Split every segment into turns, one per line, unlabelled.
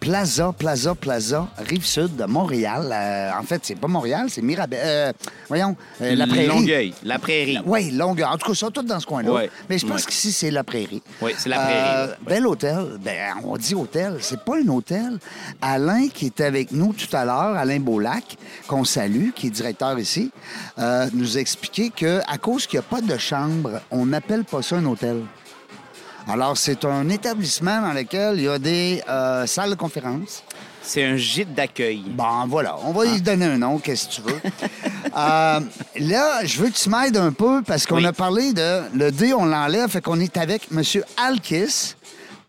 Plaza, Plaza, Plaza, rive sud de Montréal. Euh, en fait, c'est pas Montréal, c'est Mirabel. euh, voyons, euh, la prairie.
Longueuil, la prairie.
Oui, Longueuil. En tout cas, ça, tout dans ce coin-là.
Ouais.
Mais je pense
Ouais.
qu'ici, c'est la prairie.
Oui, c'est la prairie.
Euh, Bel hôtel. Ben, on dit hôtel. C'est pas un hôtel. Alain, qui était avec nous tout à l'heure, Alain Beaulac, qu'on salue, qui est directeur ici, euh, nous expliquait qu'à cause qu'il n'y a pas de chambre, on n'appelle pas ça un hôtel. Alors, c'est un établissement dans lequel il y a des euh, salles de conférences.
C'est un gîte d'accueil.
Bon, Ben, voilà. On va
Ah.
lui donner un nom, qu'est-ce que tu veux. Euh, là, je veux que tu m'aides un peu parce qu'on
Oui.
a parlé de le D, on l'enlève, fait qu'on est avec M. Alkis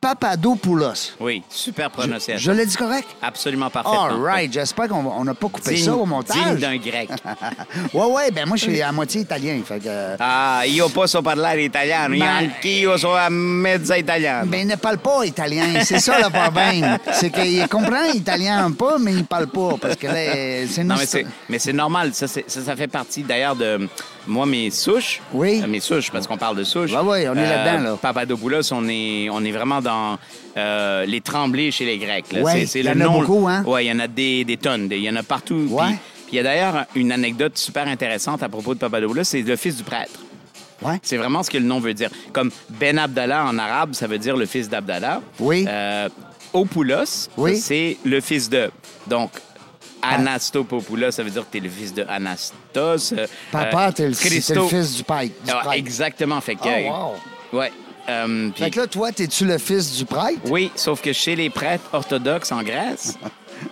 Papadopoulos.
Oui, super prononciation.
Je l'ai dit correct?
Absolument parfaitement.
All right, j'espère qu'on va- on n'a pas coupé
Digne-
ça au montage.
Digne d'un grec.
ouais, ouais, ben moi, je suis à moitié italien, fait que...
Ah, io posso parlare italiano.
Ma-
Anch'io sono a mezza italiano.
Ben, il ne parle pas italien, c'est ça le problème. C'est qu'il comprend l'italien un peu, mais il parle pas, parce que là, c'est une...
Non, mais c'est, mais c'est normal. Ça, c'est- ça, ça fait partie d'ailleurs de. Moi, mes souches.
Oui.
Euh, Mes souches, parce qu'on parle de souches. Euh,
Ouais, ouais, on est là-dedans, là.
Papadopoulos, on est, on est vraiment dans euh, les tremblés chez les Grecs. là.
Ouais,
c'est, c'est
il y
le
en a
nom-
beaucoup, hein?
Ouais, il y en a des, des tonnes. des- Il y en a partout.
Ouais.
Puis- Puis il y a d'ailleurs une anecdote super intéressante à propos de Papadopoulos c'est le fils du prêtre.
Ouais.
C'est vraiment ce que le nom veut dire. Comme Ben Abdallah en arabe, ça veut dire le fils d'Abdallah.
Oui.
Euh, Opoulos,
Oui.
c'est le fils de. Donc, Anastopopoulos, ça veut dire que tu es le fils de Anastos. euh,
Papa,
euh,
t'es le,
Christo-
t'es le fils du prêtre. Du
Ah,
prêtre.
exactement. Fait que.
Oh, wow.
Ouais. euh, puis-
Fait que là, toi, t'es-tu le fils du prêtre?
oui, sauf que chez les prêtres orthodoxes en Grèce,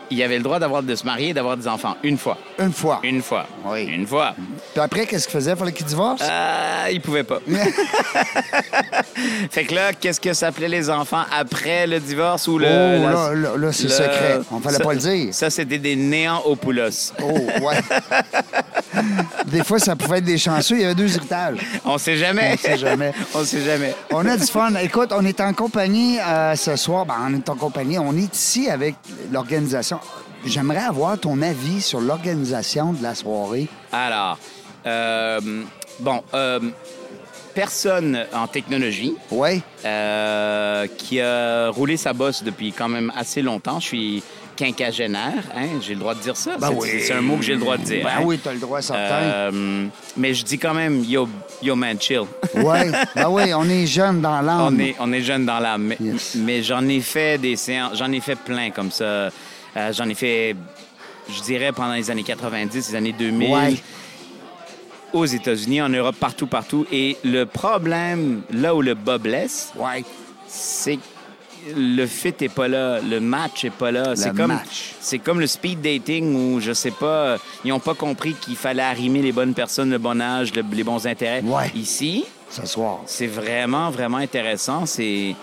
il y avait le droit d'avoir de se marier et d'avoir des enfants. Une fois.
Une fois.
Une fois.
Oui.
Une fois.
Puis après, qu'est-ce qu'il faisait? Il fallait qu'il divorce? Euh,
Ah, ils pouvaient pas. fait que là, qu'est-ce que s'appelaient les enfants après le divorce ou le.
Oh,
la-
là, là, là, c'est secret. On fallait
Ça-
pas le dire.
Ça, c'était des néants au poulos.
Oh, ouais. des fois, ça pouvait être des chanceux. Il y avait deux héritages.
On sait jamais.
On sait jamais.
On sait jamais.
On a du fun. Écoute, on est en compagnie euh, ce soir. Ben, on est en compagnie. On est ici avec l'organisation. J'aimerais avoir ton avis sur l'organisation de la soirée.
Alors, euh, bon, euh, personne en technologie
Ouais.
euh, qui a roulé sa bosse depuis quand même assez longtemps. Je suis quinquagénaire, hein, j'ai le droit de dire ça.
Ben
c'est,
oui.
c'est un mot que j'ai le droit de dire.
Ben
hein.
oui, t'as le droit, certain.
Euh, mais je dis quand même, yo, yo man, chill.
Ouais. Ben oui, on est jeunes dans l'âme.
on est, on est jeune dans l'âme. Mais,
Yes.
mais j'en ai fait des séances, j'en ai fait plein comme ça. Euh, j'en ai fait, je dirais, pendant les années 90, les années 2000.
Ouais.
Aux États-Unis, en Europe, partout, partout. Et le problème, là où le bas blesse,
Ouais.
c'est que le fit est pas là, le match est pas là. C'est comme
match.
c'est comme le speed dating où je sais pas, euh, ils ont pas compris qu'il fallait arrimer les bonnes personnes, le bon âge, le- les bons intérêts.
Ouais.
Ici,
Ce soir.
c'est vraiment, vraiment intéressant. C'est.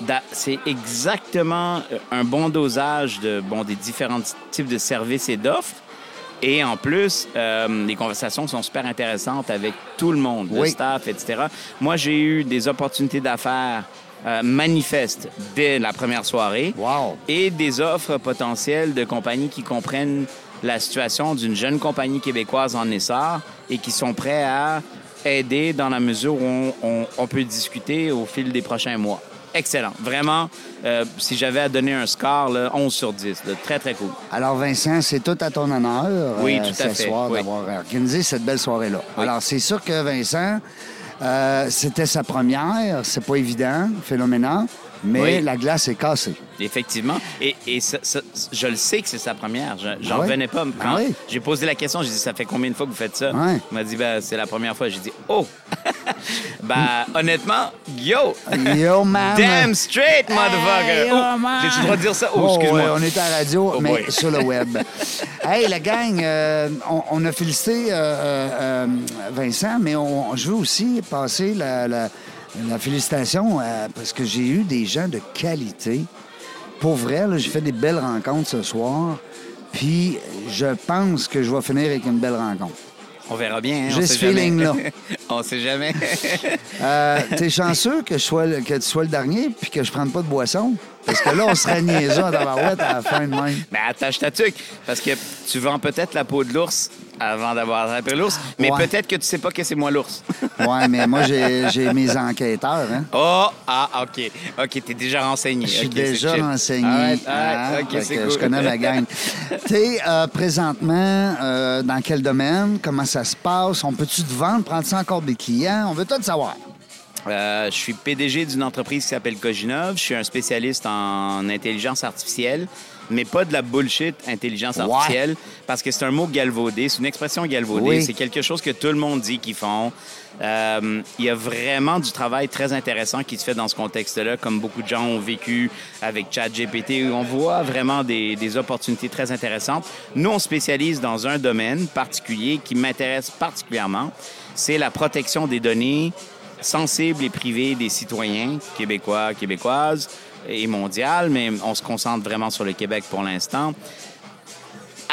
da- C'est exactement euh, un bon dosage de bon des différents types de services et d'offres. Et en plus, euh, les conversations sont super intéressantes avec tout le monde, le
Oui.
staff, etc. Moi, j'ai eu des opportunités d'affaires euh, manifestes dès la première soirée
Wow.
et des offres potentielles de compagnies qui comprennent la situation d'une jeune compagnie québécoise en essor et qui sont prêts à aider dans la mesure où on, on- on peut discuter au fil des prochains mois. Excellent. Vraiment, euh, si j'avais à donner un score, là, 11 sur 10. là, très, très cool.
Alors, Vincent, c'est tout à ton honneur euh,
Oui, tout à
ce
fait,
soir
oui.
d'avoir organisé cette belle soirée-là.
Oui.
Alors, c'est sûr que Vincent, euh, c'était sa première, c'est pas évident, phénoménal, mais
Oui.
la glace est cassée.
Effectivement. Et, et ça- ça- je le sais que c'est sa première. Je- J'en
Ah ouais?
revenais pas.
Ah
Quand
ouais?
J'ai posé la question, j'ai dit, ça fait combien de fois que vous faites ça?
Ouais.
Il m'a dit, ben, c'est la première fois. J'ai dit, oh! ben, honnêtement, yo!
Yo, man!
Damn straight, motherfucker!
Ah Hey,
Oh,
yo, man.
J'ai-tu le droit de dire ça? Oh,
Oh,
excuse-moi.
ouais, on est à la radio,
Oh,
mais
boy.
sur le web. hey, la gang, euh, on, on a félicité euh, euh, euh, Vincent, mais on- je veux aussi passer la, la- la félicitation euh, parce que j'ai eu des gens de qualité. Pour vrai, là, j'ai fait des belles rencontres ce soir. Puis je pense que je vais finir avec une belle rencontre.
On verra bien. hein,
J'ai
on
ce
sait jamais.
feeling-là.
on sait jamais.
Euh, T'es chanceux que, je sois le- que tu sois le dernier puis que je prenne pas de boisson? Parce que là, on serait niaiseux à tabarouette à la fin de même.
Mais attache ta tuque, parce que tu vends peut-être la peau de l'ours avant d'avoir attrapé l'ours, mais
Ah, Ouais.
peut-être que tu sais pas que c'est moi l'ours.
Ouais, mais moi, j'ai j'ai mes enquêteurs. Hein.
oh, ah, OK. OK, t'es déjà renseigné.
Je suis
Ok, c'est
déjà
chill.
renseigné.
Alright, alright,
hein,
OK,
fait
c'est
que
cool.
Je connais ma gang. tu sais, euh, présentement, euh, dans quel domaine? Comment ça se passe? On peut-tu te vendre? Prends-tu encore des clients? On veut tout savoir.
Euh, je suis PDG d'une entreprise qui s'appelle Coginov. Je suis un spécialiste en intelligence artificielle, mais pas de la bullshit intelligence
Ouais.
artificielle, parce que c'est un mot galvaudé, c'est une expression galvaudée.
Oui.
C'est quelque chose que tout le monde dit qu'ils font. Euh, Il y a vraiment du travail très intéressant qui se fait dans ce contexte-là, comme beaucoup de gens ont vécu avec ChatGPT. On voit vraiment des, des opportunités très intéressantes. Nous, on spécialise dans un domaine particulier qui m'intéresse particulièrement, c'est la protection des données sensibles et privées des citoyens québécois, québécoises et mondiales, mais on se concentre vraiment sur le Québec pour l'instant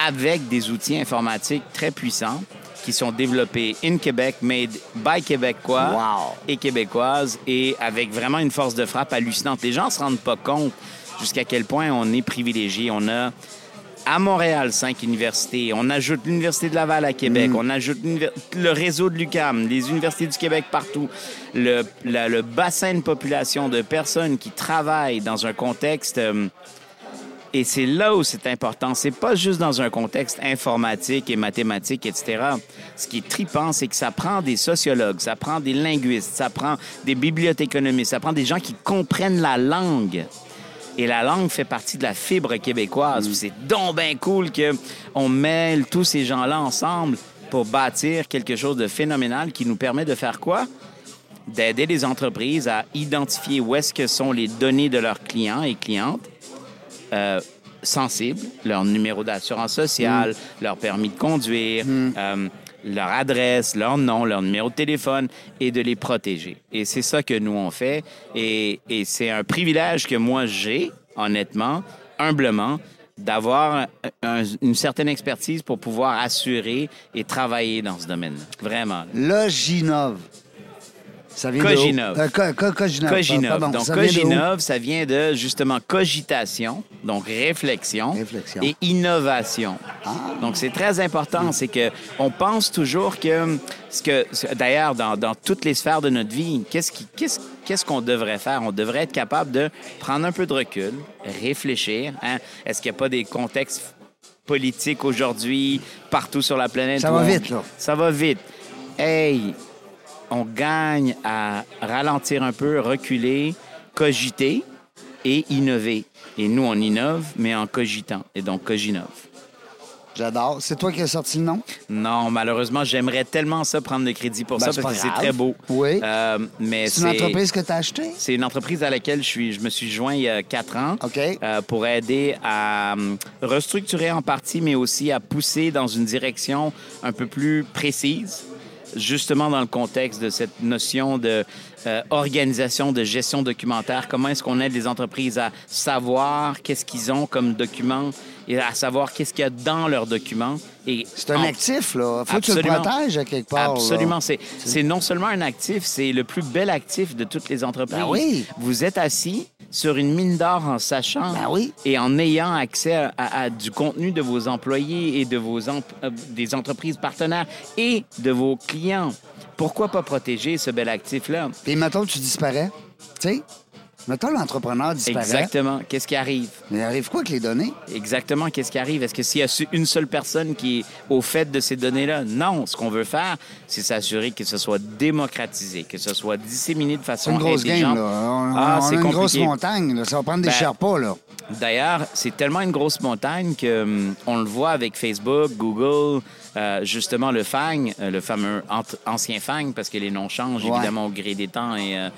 avec des outils informatiques très puissants qui sont développés in Québec, made by Québécois
Wow.
et Québécoises et avec vraiment une force de frappe hallucinante. Les gens se rendent pas compte jusqu'à quel point on est privilégié. On a à Montréal, cinq universités. On ajoute l'Université de Laval à Québec. On ajoute l'univer- le réseau de l'UCAM, les universités du Québec partout. Le, la- le bassin de population de personnes qui travaillent dans un contexte euh, et c'est là où c'est important. C'est pas juste dans un contexte informatique et mathématique, etc. Ce qui est tripant, c'est que ça prend des sociologues, ça prend des linguistes, ça prend des bibliothéconomistes, ça prend des gens qui comprennent la langue. Et la langue fait partie de la fibre québécoise. C'est donc bien cool qu'on mêle tous ces gens-là ensemble pour bâtir quelque chose de phénoménal qui nous permet de faire quoi? D'aider les entreprises à identifier où est-ce que sont les données de leurs clients et clientes euh, sensibles, leur numéro d'assurance sociale, leur permis de conduire, euh, leur adresse, leur nom, leur numéro de téléphone, et de les protéger. Et c'est ça que nous, on fait. Et, et c'est un privilège que moi, j'ai, honnêtement, humblement, d'avoir un- un- une certaine expertise pour pouvoir assurer et travailler dans ce domaine-là. Vraiment. là.
Là, j'inove. Ça vient
Coginov.
de où? Euh, co- co- Coginov.
Coginov.
Pardon,
Donc,
ça vient de où?
Coginov, ça vient de justement cogitation, donc réflexion,
Réflexion. Ah.
et innovation. Donc, c'est très important. C'est que on pense toujours que, ce que ce- d'ailleurs, dans, dans toutes les sphères de notre vie, qu'est-ce qui- qu'est-ce- qu'est-ce qu'on devrait faire? On devrait être capable de prendre un peu de recul, réfléchir. hein. Est-ce qu'il n'y a pas des contextes politiques aujourd'hui, partout sur la planète?
Ça
où
va
on-
vite, là.
Ça va vite. Hey, on gagne à ralentir un peu, reculer, cogiter et innover. Et nous, on innove, mais en cogitant. Et donc, Coginove.
J'adore. C'est toi qui as sorti
Euh,
le nom?
Non, malheureusement, j'aimerais tellement ça prendre le crédit pour
Ben,
ça
c'est
parce que
pas
c'est
grave.
très beau.
Oui.
Euh, mais
C'est une entreprise que tu as achetée?
c'est une entreprise à laquelle je, suis, je me suis joint il y a quatre ans
OK.
euh, pour aider à hum, restructurer en partie, mais aussi à pousser dans une direction un peu plus précise, justement dans le contexte de cette notion de euh, organisation de gestion documentaire. Comment est-ce qu'on aide les entreprises à savoir qu'est-ce qu'ils ont comme document et à savoir qu'est-ce qu'il y a dans leurs documents. et
C'est un
en-
actif, là. Faut que tu le
Absolument.
protèges à quelque part. là.
Absolument. C'est, c'est non seulement un actif, c'est le plus bel actif de toutes les entreprises.
Ben oui.
Vous êtes assis sur une mine d'or en sachant
Ben oui.
et en ayant accès à, à- à du contenu de vos employés et de vos em- euh, des entreprises partenaires et de vos clients. Pourquoi pas protéger ce bel actif-là?
Puis mettons, tu disparais. Tu sais? Mettons, l'entrepreneur disparaît.
Exactement. Qu'est-ce qui arrive?
Mais il arrive quoi avec les données?
exactement qu'est-ce qui arrive. Est-ce que s'il y a su- une seule personne qui est au fait de ces données-là? Non. Ce qu'on veut faire, c'est s'assurer que ce soit démocratisé, que ce soit disséminé de
C'est
façon
une grosse game,
intelligente.
là. On,
Ah,
on a
c'est
une grosse
compliqué.
montagne, là. Ça va prendre des
Ben,
Sherpas, là.
D'ailleurs, c'est tellement une grosse montagne que hum, on le voit avec Facebook, Google, euh, justement le FANG, euh, le fameux ant- ancien FANG, parce que les noms changent
Ouais.
évidemment au gré des temps et euh,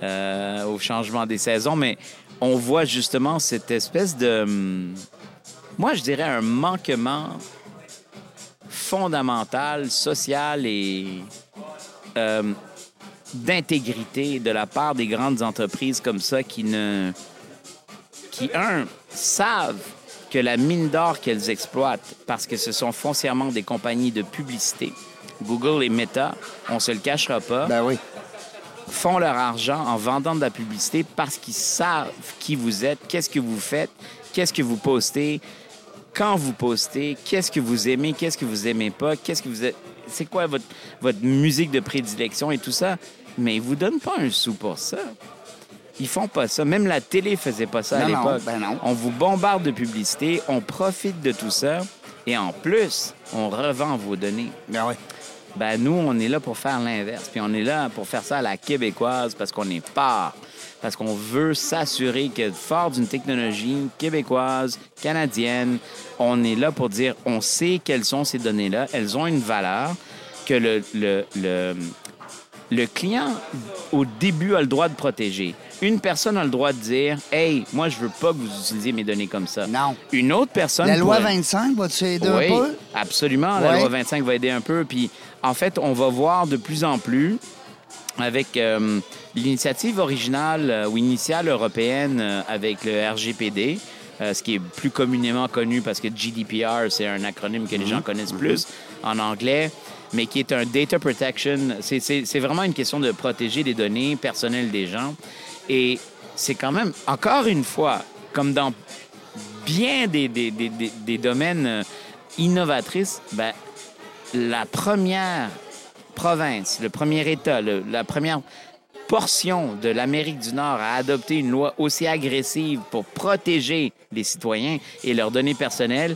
euh, au changement des saisons, mais on voit justement cette espèce de, hum, moi je dirais un manquement fondamental, social et euh, d'intégrité de la part des grandes entreprises comme ça qui ne qui, un, savent que la mine d'or qu'elles exploitent, parce que ce sont foncièrement des compagnies de publicité, Google et Meta, on se le cachera pas,
Ben oui.
font leur argent en vendant de la publicité parce qu'ils savent qui vous êtes, qu'est-ce que vous faites, qu'est-ce que vous postez, quand vous postez, qu'est-ce que vous aimez, qu'est-ce que vous aimez pas, qu'est-ce que vous êtes- c'est quoi votre votre musique de prédilection et tout ça, mais ils vous donnent pas un sou pour ça. Ils font pas ça. Même la télé faisait pas ça à
Non, non,
l'époque.
ben non.
On vous bombarde de publicité, on profite de tout ça et en plus, on revend vos données.
Ben oui.
Ben nous, on est là pour faire l'inverse. Puis on est là pour faire ça à la québécoise parce qu'on est fort. Parce qu'on veut s'assurer que, fort d'une technologie québécoise, canadienne, on est là pour dire on sait quelles sont ces données-là, elles ont une valeur, que le, le, le, le client, au début, a le droit de protéger. Une personne a le droit de dire Hey, moi, je veux pas que vous utilisiez mes données comme ça.
Non.
Une autre personne.
La loi
pourrait-
25, vas-tu aider
oui,
un peu?
absolument. La
Ouais.
loi 25 va aider un peu. Puis, en fait, on va voir de plus en plus avec euh, l'initiative originale euh, ou initiale européenne euh, avec le RGPD, euh, ce qui est plus communément connu parce que GDPR, c'est un acronyme que les
Mhm.
gens connaissent plus en anglais, mais qui est un data protection. C'est- C'est c'est vraiment une question de protéger les données personnelles des gens. Et c'est quand même, encore une fois, comme dans bien des, des- des- des- des domaines euh, innovatrices, ben, la première province, le premier État, le- la première portion de l'Amérique du Nord à adopter une loi aussi agressive pour protéger les citoyens et leurs données personnelles,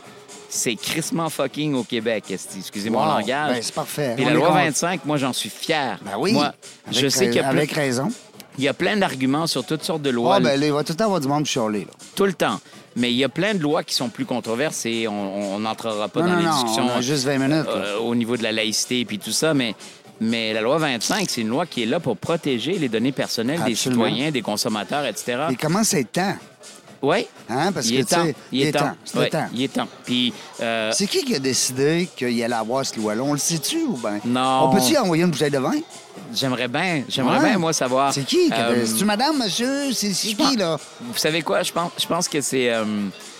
c'est crissement fucking au Québec, esti. excusez-moi
Wow.
mon langage.
Ben, c'est parfait.
Et
On
la
est
loi
content.
25, moi, j'en suis fier.
Ben oui.
Moi,
Avec
je sais
rais-
qu'il y a plein-
Avec raison.
il y a plein d'arguments sur toutes sortes de lois.
Ah, ben là, il va tout le temps avoir du monde chialer, là.
Tout le temps. Mais il y a plein de lois qui sont plus controversées. On- On on n'entrera pas
Non,
dans
non,
les
non,
discussions
on a juste 20 minutes, là.
euh, au niveau de la laïcité et tout ça, mais, mais la loi 25, c'est une loi qui est là pour protéger les données personnelles des
Absolument.
citoyens, des consommateurs, etc.
Il commence à être temps.
Oui.
Hein, parce
il
que,
est
tu sais,
temps. Il est temps.
C'est le
Ouais,
temps.
Il est temps. Puis, euh,
C'est qui qui a décidé qu'il allait avoir cette loi-là? On le sait-tu ou bien?
Non.
On peut-tu y envoyer une bouteille de vin?
j'aimerais bien, j'aimerais
Ouais.
bien, moi, savoir.
C'est qui? qui a-
euh,
C'est-tu madame, monsieur? C'est c'est
pense-
qui, là?
Vous savez quoi? Je pense, je pense que c'est. euh,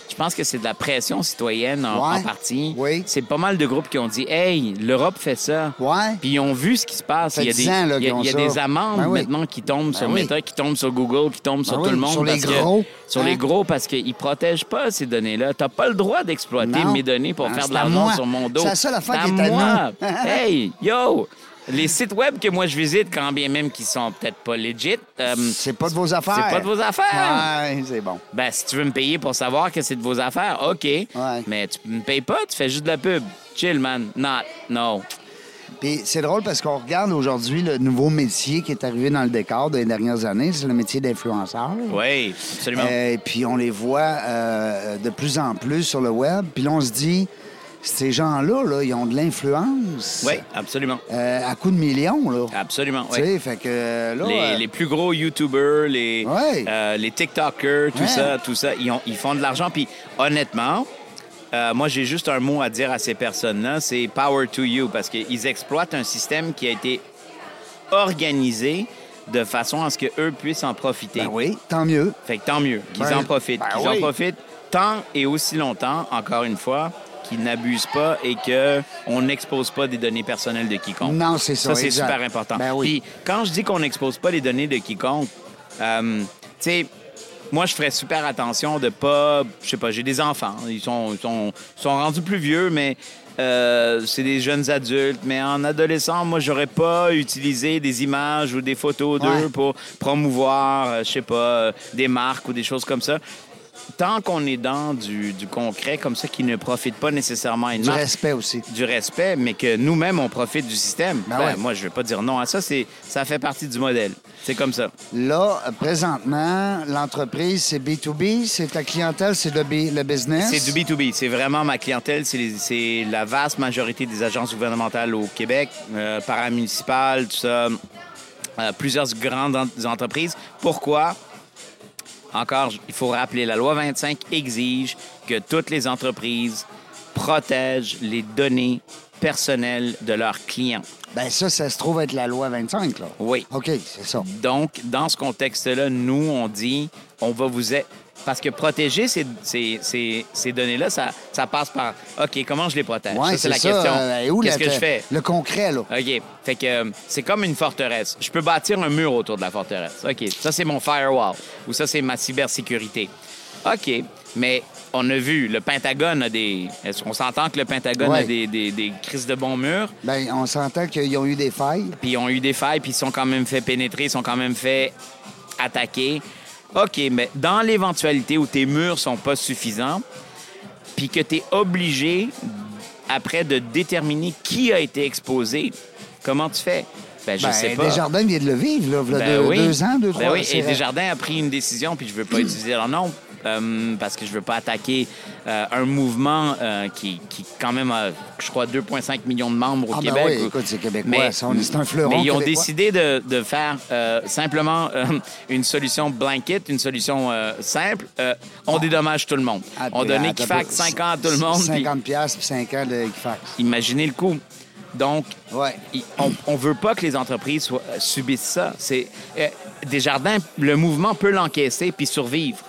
je pense que c'est de la pression citoyenne en,
Ouais.
en partie.
Oui.
C'est pas mal de groupes qui ont dit Hey, l'Europe fait ça.
Ouais.
Puis ils ont vu ce qui se passe.
Ça fait
Il y a
10
des,
ans, là,
il y a-
qu'ils ont
il y a
ça.
des amendes
Ben oui.
maintenant qui tombent sur
oui.
Meta, qui tombent sur Google, qui tombent sur
Ben
tout le
oui,
monde.
sur les
parce que-
gros,
Sur
hein.
les gros, parce qu'ils protègent pas ces données-là. T'as pas le droit d'exploiter
Non.
mes données pour
Hein,
faire
c'est
de
à
l'argent
moi.
sur mon dos.
C'est la seule affaire
C'est
qui est
à
à
moi.
nous.
hey, yo! Les sites web que moi je visite, quand bien même qu'ils sont peut-être pas legit, euh,
C'est pas de vos affaires.
c'est pas de vos affaires.
Ouais, c'est bon.
Ben, si tu veux me payer pour savoir que c'est de vos affaires, OK. Mais tu me payes pas, tu fais juste de la pub. Chill, man. Not. No.
Puis c'est drôle parce qu'on regarde aujourd'hui le nouveau métier qui est arrivé dans le décor des dernières années, c'est le métier d'influenceur.
Oui, absolument.
Euh, Et puis on les voit euh, de plus en plus sur le web. Puis là, on se dit, ces gens-là, là, ils ont de l'influence.
oui, absolument.
Euh, à coup de millions, là.
Absolument,
Tu
oui.
sais, fait que euh, là.
Les,
euh,
les plus gros YouTubers, les,
Ouais.
euh, les TikTokers, tout
Ouais.
ça, tout ça, ils, ont- ils font de l'argent. Puis honnêtement, euh, moi, j'ai juste un mot à dire à ces personnes-là, c'est power to you, parce qu'ils exploitent un système qui a été organisé de façon à ce qu'eux puissent en profiter.
ben oui, tant mieux.
Fait que tant mieux, qu'ils
Ben,
en profitent.
ben
qu'ils en
oui.
profitent tant et aussi longtemps, encore une fois, qu'ils n'abusent pas et qu'on n'expose pas des données personnelles de quiconque.
Non, c'est ça,
Ça, c'est
exact.
super important.
Ben oui.
Puis, quand je dis qu'on n'expose pas les données de quiconque, euh, tu sais, moi, je ferais super attention de pas... Je sais pas, j'ai des enfants. Ils sont, ils sont, ils sont rendus plus vieux, mais... euh, c'est des jeunes adultes, mais en adolescent, moi, j'aurais pas utilisé des images ou des photos d'eux
Ouais.
pour promouvoir, euh, je sais pas, euh, des marques ou des choses comme ça. Tant qu'on est dans du, du concret comme ça, qui ne profite pas nécessairement à une
Du
marque,
respect aussi.
du respect, mais que nous-mêmes, on profite du système,
Ben
ben,
ouais.
moi, je vais pas dire non à ça. C'est, ça fait partie du modèle. C'est comme ça.
Là, euh, présentement, l'entreprise, c'est B2B, c'est ta clientèle, c'est le, bi- le business.
C'est du B2B. C'est vraiment ma clientèle. C'est, les- c'est la vaste majorité des agences gouvernementales au Québec, euh, paramunicipales, tout ça. Euh, plusieurs grandes en- entreprises. Pourquoi? Encore, j- il faut rappeler, la loi 25 exige que toutes les entreprises protègent les données personnelles de leurs clients.
Ben ça, ça se trouve être la loi 25, là.
Oui.
OK, c'est ça.
Donc, dans ce contexte-là, nous, on dit, on va vous... a- Parce que protéger ces, ces- ces- ces données-là, ça, ça passe par OK, comment je les protège?
Ouais,
ça, c'est la
ça.
question.
Euh, et où
Qu'est-ce
la-
que je fais?
Le concret, là.
OK. Fait que euh, c'est comme une forteresse. Je peux bâtir un mur autour de la forteresse. OK. Ça, c'est mon firewall. Ou ça, c'est ma cybersécurité. OK. Mais on a vu, le Pentagone a des. est-ce qu'on s'entend que le Pentagone a
Ouais.
des, des, des crises de bons murs?
Ben, on s'entend qu'ils ont eu des failles.
puis ils ont eu des failles, puis ils se sont quand même fait pénétrer, ils se sont quand même fait attaquer. OK, mais dans l'éventualité où tes murs sont pas suffisants, puis que tu es obligé, après, de déterminer qui a été exposé, comment tu fais? Ben, je
ben,
sais pas.
Desjardins vient de le vivre, là, v'là
Ben
deux,
oui.
deux ans, deux,
Ben
trois.
oui,
c'est
et
vrai.
Desjardins a pris une décision, puis je veux pas utiliser leur nom euh, parce que je veux pas attaquer euh, un mouvement euh, qui, qui, quand même, a, je crois, 2,5 millions de membres au
Ah, ben
Québec.
oui, écoute, c'est québécois, ça, on- c'est un fleuron
Mais ils ont
québécois.
décidé de, de faire euh, simplement euh, une solution blanket, une solution euh, simple. Euh, on dédommage tout le monde.
Ah,
on
puis,
donne
ah,
Equifax
t'as
5
pas-
ans à tout le monde. puis
50 piastres puis 5 ans de Equifax.
imaginez le coût. Donc,
Ouais.
il- on ne veut pas que les entreprises soient- euh, subissent ça. C'est euh, Desjardins, le mouvement peut l'encaisser puis survivre.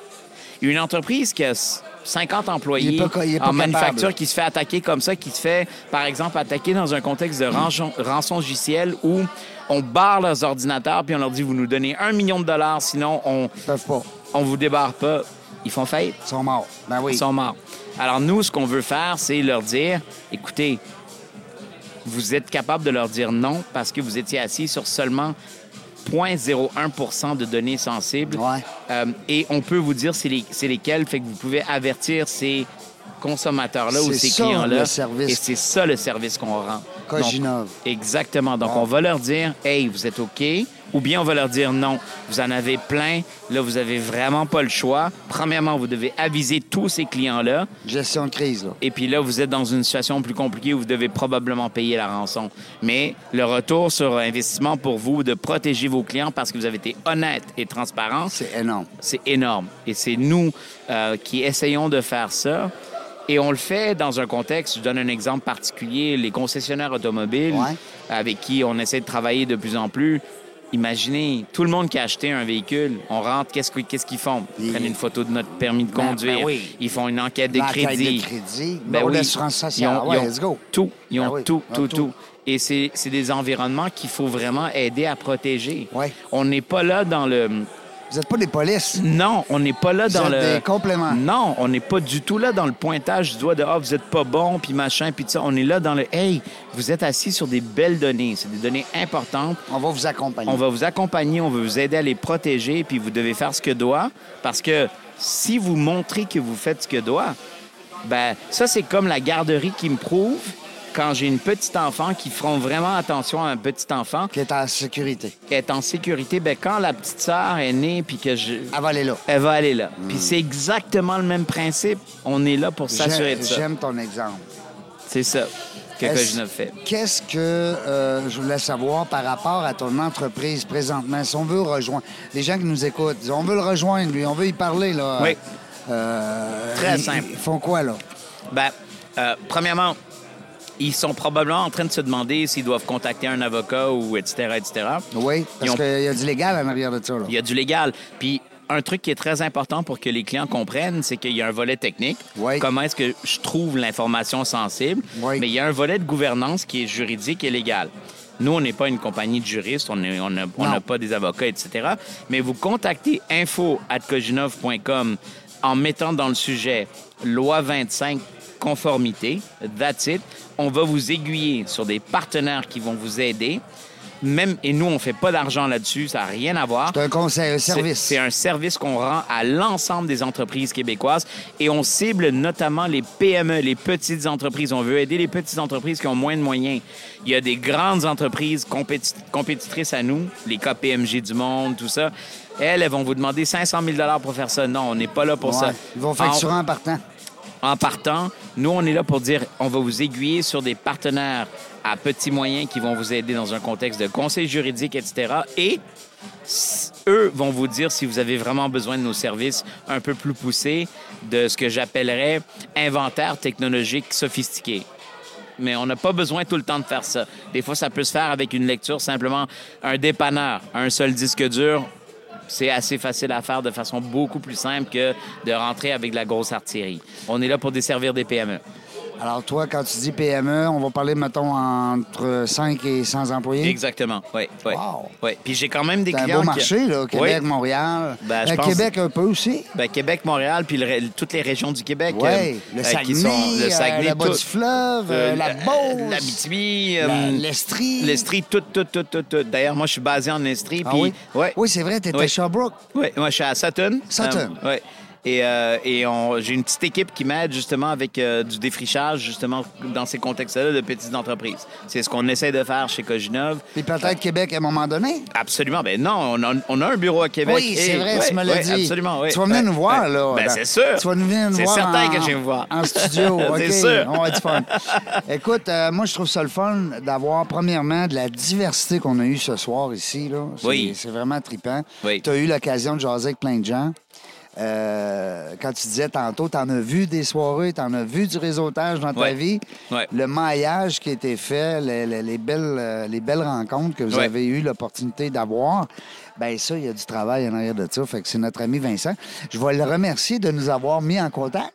Une entreprise qui a s- 50
Il
employés
est pas ca- il est pas
en
capable.
manufacture qui se fait attaquer comme ça, qui se fait, par exemple, attaquer dans un contexte de rançon, rançon logiciel où on barre leurs ordinateurs puis on leur dit vous nous donnez un million de dollars, sinon on
Ils peuvent pas.
on vous débarre pas. Ils font faillite
Ils sont morts. Ben oui.
ils sont morts. Alors nous, ce qu'on veut faire, c'est leur dire, écoutez, vous êtes capable de leur dire non parce que vous étiez assis sur seulement 0.01 de données sensibles.
Ouais.
Euh, et on peut vous dire c'est les- c'est lesquels, fait que vous pouvez avertir ces consommateurs-là ou
C'est
ces
ça,
clients-là.
le service.
Et c'est ça le service qu'on rend.
Cojinov.
Donc, Exactement. Donc,
Bon.
on va leur dire, hey, vous êtes OK, ou bien on va leur dire non. Vous en avez plein. Là, vous avez vraiment pas le choix. Premièrement, vous devez aviser tous ces clients-là.
Gestion de crise, là.
Et puis là, vous êtes dans une situation plus compliquée où vous devez probablement payer la rançon. Mais le retour sur investissement pour vous de protéger vos clients parce que vous avez été honnête et transparent,
C'est énorme.
c'est énorme. Et c'est nous euh, qui essayons de faire ça. Et on le fait dans un contexte, je donne un exemple particulier, les concessionnaires automobiles
Ouais.
avec qui on essaie de travailler de plus en plus. Imaginez, tout le monde qui a acheté un véhicule, on rentre, qu'est-ce que- qu'est-ce qu'ils font? Ils
Ils-
prennent une photo de notre permis de
Ben, ben
conduire,
oui.
ils font une enquête de
L'enquête de
crédit. Ben
crédit, Ben numéro d'assurance sociale.
Ils ont-
Ah Ouais,
ils ont
let's go.
Tout, ils
Ben
ont
oui,
tout,
ils ont
tout,
tout.
tout. Et c'est c'est des environnements qu'il faut vraiment aider à protéger.
Ouais.
On n'est pas là dans le...
Vous n'êtes pas des polices.
Non, on n'est pas là
Vous
dans
êtes
le.
des compléments.
Non, on n'est pas du tout là dans le pointage du doigt de ah, vous êtes pas bon, puis machin, puis tout ça. On est là dans le hey, vous êtes assis sur des belles données. C'est des données importantes.
On va vous accompagner.
On va vous accompagner, on va vous aider à les protéger, puis vous devez faire ce que doit. Parce que si vous montrez que vous faites ce que doit, ben ça, c'est comme la garderie qui me prouve quand j'ai une petite enfant qui feront vraiment attention à un petit enfant,
Qui est en sécurité.
est en sécurité. Ben, quand la petite sœur est née, puis que je
Avalez Ah, ben, là.
elle va aller là. Puis c'est exactement le même principe. On est là pour s'assurer
J'ai-
de ça.
J'aime ton exemple.
C'est ça que
Est-ce-
Kojinov fait.
Qu'est-ce que euh, je voulais savoir par rapport à ton entreprise présentement? Si on veut rejoindre, les gens qui nous écoutent, on veut le rejoindre, lui, on veut y parler, là.
Oui.
Euh,
Très
ils-
simple.
Ils font quoi, là?
Ben, euh, premièrement, ils sont probablement en train de se demander s'ils doivent contacter un avocat ou etc., etc.
Oui,
Ils
parce
ont-
qu'il y a du légal en arrière de ça, là.
Il y a du légal. Puis un truc qui est très important pour que les clients comprennent, c'est qu'il y a un volet technique.
Oui.
Comment est-ce que je trouve l'information sensible?
Oui.
Mais il y a un volet de gouvernance qui est juridique et légal. Nous, on n'est pas une compagnie de juristes, on est- on n'a on
Non.
n'a pas des avocats, etc. Mais vous contactez info.coginov.com en mettant dans le sujet loi 25 conformité, that's it. On va vous aiguiller sur des partenaires qui vont vous aider. Même, et nous, on fait pas d'argent là-dessus, ça n'a rien à voir.
C'est un conseil, un service.
C'est c'est un service qu'on rend à l'ensemble des entreprises québécoises et on cible notamment les PME, les petites entreprises. On veut aider les petites entreprises qui ont moins de moyens. Il y a des grandes entreprises compéti- compétitrices à nous, les KPMG du monde, tout ça. Elles, elles vont vous demander 500 000 pour faire ça. Non, on n'est pas là pour
Ouais.
ça.
Ils vont
En-
facturer en partant.
en partant, nous, on est là pour dire on va vous aiguiller sur des partenaires à petits moyens qui vont vous aider dans un contexte de conseil juridique, etc. Et s- eux vont vous dire si vous avez vraiment besoin de nos services un peu plus poussés, de ce que j'appellerais inventaire technologique sophistiqué. Mais on n'a pas besoin tout le temps de faire ça. Des fois, ça peut se faire avec une lecture, simplement un dépanneur, un seul disque dur, c'est assez facile à faire de façon beaucoup plus simple que de rentrer avec de la grosse artillerie. On est là pour desservir des E. PME.
Alors, toi, quand tu dis PME, on va parler, mettons, entre 5 et 100 employés?
Exactement, oui. oui.
Wow.
Oui. Puis j'ai quand même des
C'est un
clients.
beau
qui-
marché, là. Québec,
Oui.
Montréal.
Ben, je
Euh,
pense-
Québec un peu aussi.
Ben, Québec, Montréal, puis le ré- toutes les régions du Québec.
Oui.
euh,
Le
euh,
Saguenay,
qui sont,
euh,
le Saguenay,
la bas
tout.
du fleuve, euh,
Euh,
la
euh,
Beauce,
l'Abitibi, euh,
la- l'Estrie.
l'Estrie, tout, tout, tout, tout, tout. D'ailleurs, moi, je suis basé en Estrie.
Ah
puis,
oui?
Ouais.
Oui, c'est vrai, t'étais
Oui.
à Sherbrooke.
Oui, moi, je suis à Sutton.
Sutton.
Euh, ouais. Et, euh, et on- j'ai une petite équipe qui m'aide justement avec euh, du défrichage, justement, dans ces contextes-là de petites entreprises. C'est ce qu'on essaie de faire chez Coginov.
Puis peut-être Québec à un moment donné.
Absolument. Ben non, on a, on a un bureau à Québec.
Oui, c'est
Et-
vrai,
ouais,
tu me l'as
ouais,
dit.
Absolument, oui.
Tu vas venir nous voir, là.
Ben,
dans-
c'est sûr.
Tu vas nous venir nous voir.
C'est certain
en-
que je vais vous voir.
En studio, OK.
C'est sûr.
On va être fun. Écoute, euh, moi, je trouve ça le fun d'avoir, premièrement, de la diversité qu'on a eue ce soir ici, là. C'est-
Oui.
C'est vraiment trippant.
Oui.
Tu as eu l'occasion de jaser avec plein de gens. Euh, quand tu disais tantôt, t'en as vu des soirées, t'en as vu du réseautage dans ta
Ouais.
vie.
Ouais.
Le maillage qui a été fait, les, les- les belles, euh, les belles rencontres que vous
Ouais.
avez eu l'opportunité d'avoir, ben ça, il y a du travail en arrière de ça. Fait que c'est notre ami Vincent. Je vais le remercier de nous avoir mis en contact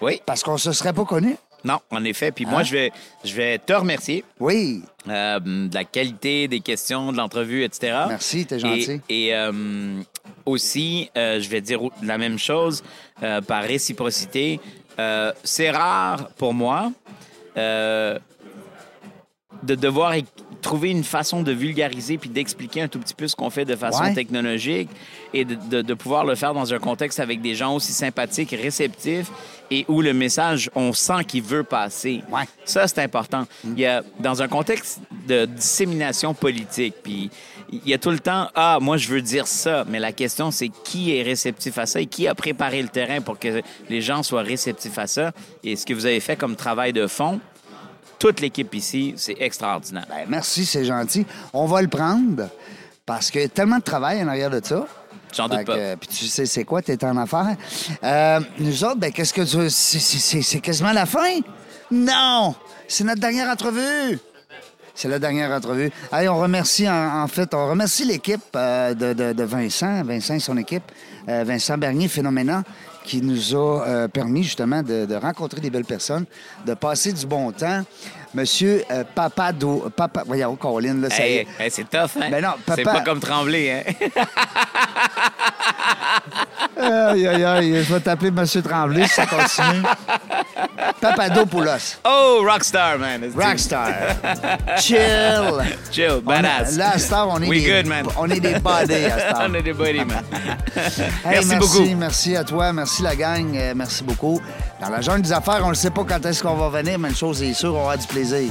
Oui.
parce qu'on se serait pas connus.
Non, en effet. Puis
Hein?
moi, je vais, je vais te remercier
Oui,
euh, de la qualité des questions, de l'entrevue, etc.
Merci, t'es
Et-
gentil.
Et, euh, aussi, euh, je vais dire au- la même chose euh, par réciprocité. Euh, c'est rare pour moi euh, de devoir é- trouver une façon de vulgariser puis d'expliquer un tout petit peu ce qu'on fait de façon
Ouais.
technologique et de, de- de pouvoir le faire dans un contexte avec des gens aussi sympathiques, réceptifs et où le message, on sent qu'il veut passer.
Ouais.
Ça, c'est important. Il y a, dans un contexte de dissémination politique, puis il y a tout le temps, ah, moi, je veux dire ça, mais la question, c'est qui est réceptif à ça et qui a préparé le terrain pour que les gens soient réceptifs à ça. Et ce que vous avez fait comme travail de fond, toute l'équipe ici, c'est extraordinaire.
Ben, merci, c'est gentil. On va le prendre parce qu'il y a tellement de travail en arrière de ça.
J'en
Fait
doute
que,
pas.
euh, Puis tu sais, c'est quoi, t'es en affaires. Euh, nous autres, ben, qu'est-ce que tu. c'est- c'est- C'est c'est quasiment la fin? Non! C'est notre dernière entrevue! C'est la dernière entrevue. Hey, on remercie, en, en fait, on remercie l'équipe euh, de, de- de Vincent, Vincent et son équipe, euh, Vincent Bernier, phénoménal, qui nous a euh, permis justement de, de rencontrer des belles personnes, de passer du bon temps. Monsieur euh, Papado... Papa... Voyons, Colin, là, ça y est.
Hey, hey, c'est tough, hein?
Ben non,
C'est
papa-
pas comme trembler, hein?
Aïe, aïe, aïe, je vais t'appeler Monsieur Tremblay si ça continue. Papadopoulos.
Oh, rockstar, man!
Rockstar. Chill.
Chill, badass.
On- Là, à cette heure, on est,
We
des,
good, man.
on est des buddies à cette heure.
On est des buddies, man.
Hey,
merci beaucoup.
Merci à toi, merci la gang, euh, merci beaucoup. Dans la jungle des affaires, on ne sait pas quand est-ce qu'on va venir, mais une chose est sûre, on aura du plaisir.